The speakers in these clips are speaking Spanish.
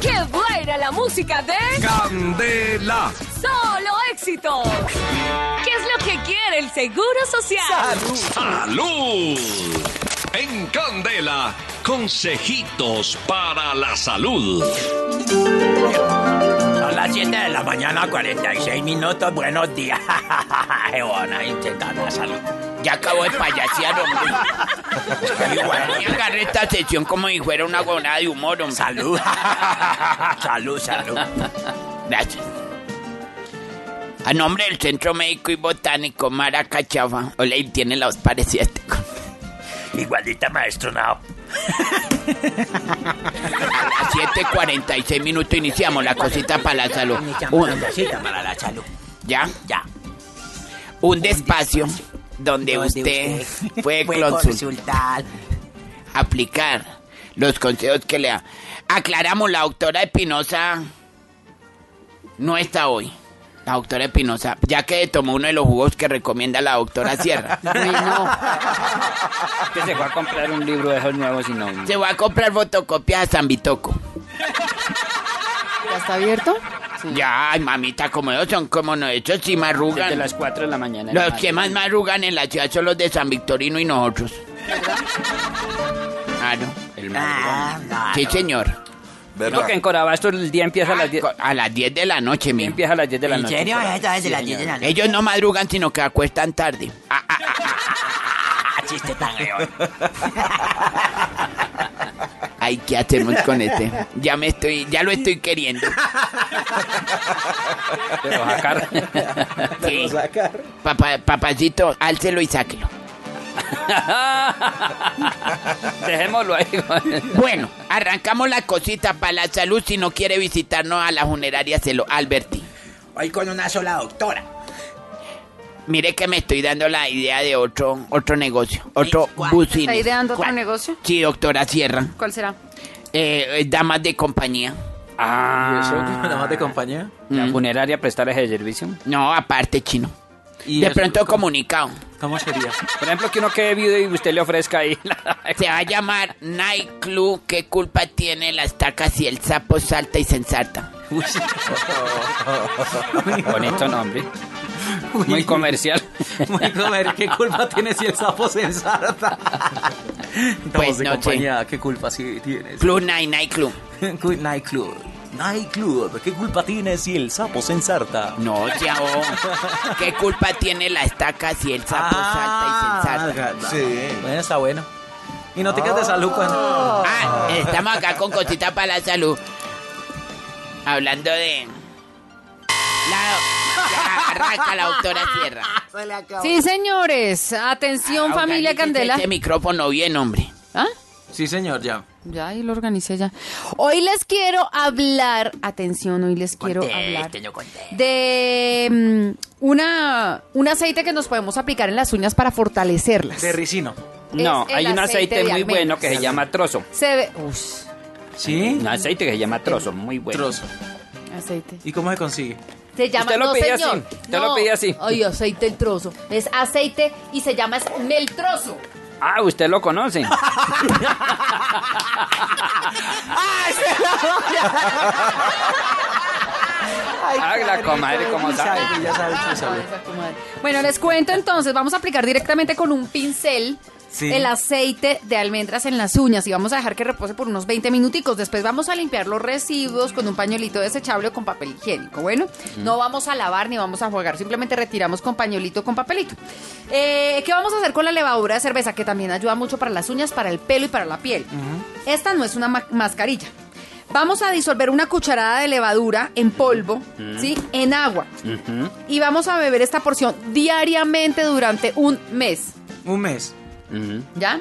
se baila la música de Candela. Solo Éxitos. ¿Qué es lo que quiere el Seguro Social? Salud. En Candela, consejitos para la salud. Son las 7 de la mañana, 46 minutos. Buenos días. Qué buena intentar la salud. Ya acabó de payasear, hombre. Igual me agarré esta sesión como si fuera una gona de humor, hombre. Salud. salud, salud. Gracias. A nombre del Centro Médico y Botánico Mara Cachafa, Oley tiene la pares Igualita, maestro, no. A las 7.46 minutos iniciamos la cosita para la salud. Un- para la salud. ¿Ya? Ya. Un despacio donde usted puede consultar, consultar. aplicar los consejos que le da. Aclaramos, la doctora Espinosa no está hoy. La doctora Espinosa, ya que tomó uno de los jugos que recomienda la doctora Sierra. Que se va a comprar un libro de esos nuevos y no. Se va a comprar fotocopias a San Bitoco. ¿Ya está abierto? Ya, ay, mamita, como ellos son como nosotros, sí Desde marrugan. las 4 de la mañana. Los que más madrugan en la ciudad son los de San Victorino y nosotros. Claro. El Ah, no, Sí, no. señor. Ah, No, que en Corabastos el día empieza a las Ah, 10. Co- A las 10 de la noche, mi. Empieza a las 10 de la ¿En noche. serio? Eso es de las Sí, 10 de la noche. Ellos no madrugan, sino que acuestan tarde. Ah, ah, Ah, chiste tan reón. ay, ¿qué hacemos con este? Ya me estoy, ya lo estoy queriendo. Te lo sacar. Sí. Papá- papacito, álcelo y sáquelo. Dejémoslo ahí. güey. Bueno, arrancamos la cosita para la salud si no quiere visitarnos a la funeraria Celo Alberti. Hoy con una sola doctora. Mire que me estoy dando la idea de otro otro negocio, otro Ey, ¿cuál? business. ¿Está ideando otro ¿Cuál? negocio? Sí, doctora Sierra. ¿Cuál será? Eh, eh, damas de compañía. Ah. Nada más de compañía. La Mm. funeraria prestar ese servicio. No, aparte chino. Y de eso, pronto ¿cómo, comunicado. ¿Cómo sería? Por ejemplo, que uno quede vivo y usted le ofrezca ahí. la- Se va a llamar Nightclub. ¿Qué culpa tiene las tacas si el sapo salta y se ensarta? Uy, Bonito nombre. uy, Muy comercial. Muy comer, ¿qué culpa tiene si el sapo se ensarta? Damas Pues de no sé. compañía, ¿qué culpa sí tienes? Club Night Nightclub. Good night club. Night club, ¿qué culpa tiene si el sapo se ensarta? No, chao. oh. ¿Qué culpa tiene las tacas si el sapo salta y se ensarta? Sí. Oh. Bueno, está bueno. Y no te quedes de salud pues. cuando... Ah, estamos acá con cositas para la salud. Hablando de. La, ya arranca la doctora Sierra. Ah, Sí, señores. Atención, familia Organícese Candela. Este micrófono bien, hombre. ¿Ah? Sí, señor, ya. Ya, ahí lo organicé ya. Hoy les quiero hablar. Atención, hoy les quiero hablar. Conté, yo conté. de mm, una, un aceite que nos podemos aplicar en las uñas para fortalecerlas. De ricino. No, Es el hay un aceite, aceite de muy bueno almendras. que se llama trozo. Se ve. Ush, ¿Sí? Un aceite que se llama ¿Eh? trozo, muy bueno. Trozo. aceite. ¿Y cómo se consigue? Se llama. Usted lo no, pide así, señor. usted lo No. pide así. Ay, aceite el trozo. Es aceite y se llama es meltrozo. Ah, usted lo conoce. Ah, la comadre, como sabe. Ya sabes, ya Ay, sabes. esa comadre. Bueno, les cuento entonces, vamos a aplicar directamente con un pincel Sí. el aceite de almendras en las uñas y vamos a dejar que repose por unos 20 minuticos. Después vamos a limpiar los residuos con un pañuelito desechable o con papel higiénico. Bueno, no vamos a lavar ni vamos a jugar, simplemente retiramos con pañuelito o con papelito. Eh, ¿Qué vamos a hacer con la levadura de cerveza? Que también ayuda mucho para las uñas, para el pelo y para la piel. Esta no es una ma- mascarilla. Vamos a disolver una cucharada de levadura en polvo, ¿sí? En agua. Y vamos a beber esta porción diariamente durante un mes, Un mes. ¿ya?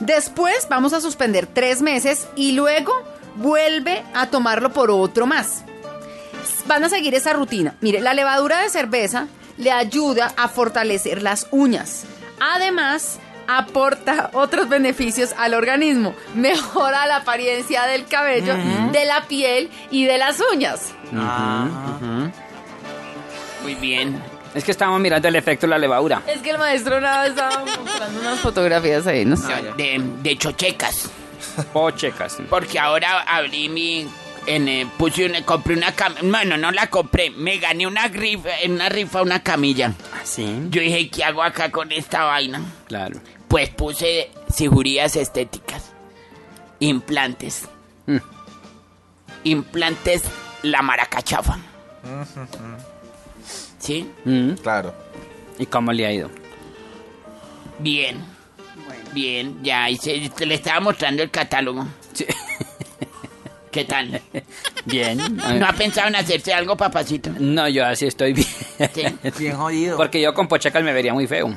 Después vamos a suspender tres meses y luego vuelve a tomarlo por otro más. Van a seguir esa rutina. Mire, la levadura de cerveza le ayuda a fortalecer las uñas. Además, aporta otros beneficios al organismo. Mejora la apariencia del cabello, de la piel y de las uñas. Ah. Muy bien. Es que estábamos mirando el efecto de la levadura. Es que el maestro nada estaba mostrando unas fotografías ahí, no sé. De, de chochecas. Pochecas. Porque ahora abrí mi en, eh, puse una, compré una cam- bueno, no la compré, me gané una rifa, en una rifa una camilla. Sí. Yo dije, ¿qué hago acá con esta vaina? Claro. Pues puse cirugías estéticas, implantes, Mm. implantes la maracachafa. ¿Sí? Mm. Claro. ¿Y cómo le ha ido? Bien. Bien, ya hice, te le estaba mostrando el catálogo. Sí. ¿Qué tal? Bien. ¿No ha pensado en hacerse algo, papacito? No, yo así estoy bien. Sí. Bien jodido. Porque yo con pochacas me vería muy feo.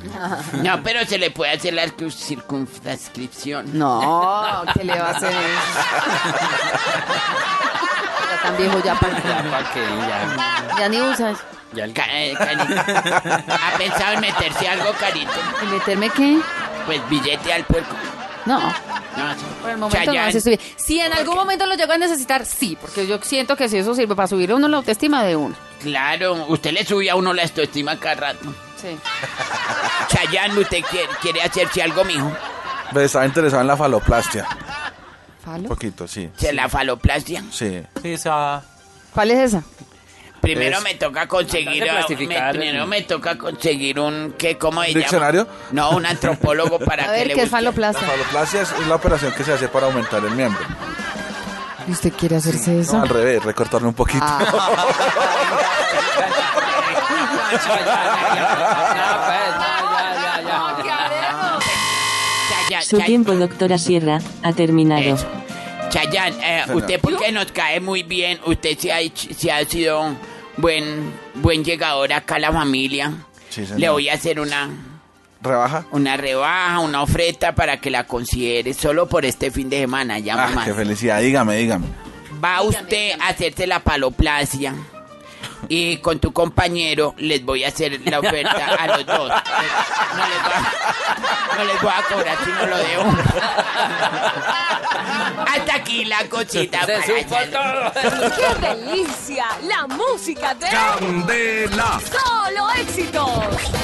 No, pero se le puede hacer la circun- circunscripción. No, ¿qué le va a hacer? ya tan viejo, ya Ya, para pa' qué, ya, Ya ni usas. ya el ca- Ca- eh, carito. ¿Ha pensado en meterse algo, carito? ¿Y meterme qué? Pues billete al puerco. No. No, sí. Por el momento Chayanne. no se sube. Si en algún momento lo llego a necesitar, sí, porque yo siento que si eso sirve para subir a uno la autoestima de uno. Claro, usted le sube a uno la autoestima cada rato. Sí. Chayanne, ¿usted quiere, quiere hacerse algo, mijo? Pero Pues, estaba interesado en la faloplastia. Un ¿Falo? Pues, poquito, sí. ¿Se la faloplastia? Sí. Sí, esa- ¿Cuál es esa? Primero Es- me toca conseguir... Mandar de a- plastificar, me- primero eh. me toca conseguir un... ¿qué, ¿Cómo se llama? ¿Diccionario? No, un antropólogo para A que ver, le ¿qué es busque. La faloplasia? faloplastia es la operación que se hace para aumentar el miembro. ¿Y usted quiere hacerse eso? No, al revés, recortarle un poquito. Ah, No, pues, no, ya, ya, ya. Chayanne, Su Chay- tiempo, doctora Sierra, ha terminado. Eso. Chayanne, eh, Señor. usted porque nos cae muy bien, usted se ha, hecho- se ha sido un buen, buen llegador acá a la familia. Sí, señor. Le voy a hacer una, ¿Rebaja? una rebaja, una oferta para que la considere solo por este fin de semana, ya Ah, mamá. qué felicidad. Dígame, dígame. Va usted a hacerse la paloplasia y con tu compañero les voy a hacer la oferta a los dos. No les voy a, no les voy a cobrar sino lo de uno. Hasta aquí la cosita. Se para supo hacer- todo. ¡Qué delicia! La música de Candela. solo éxitos.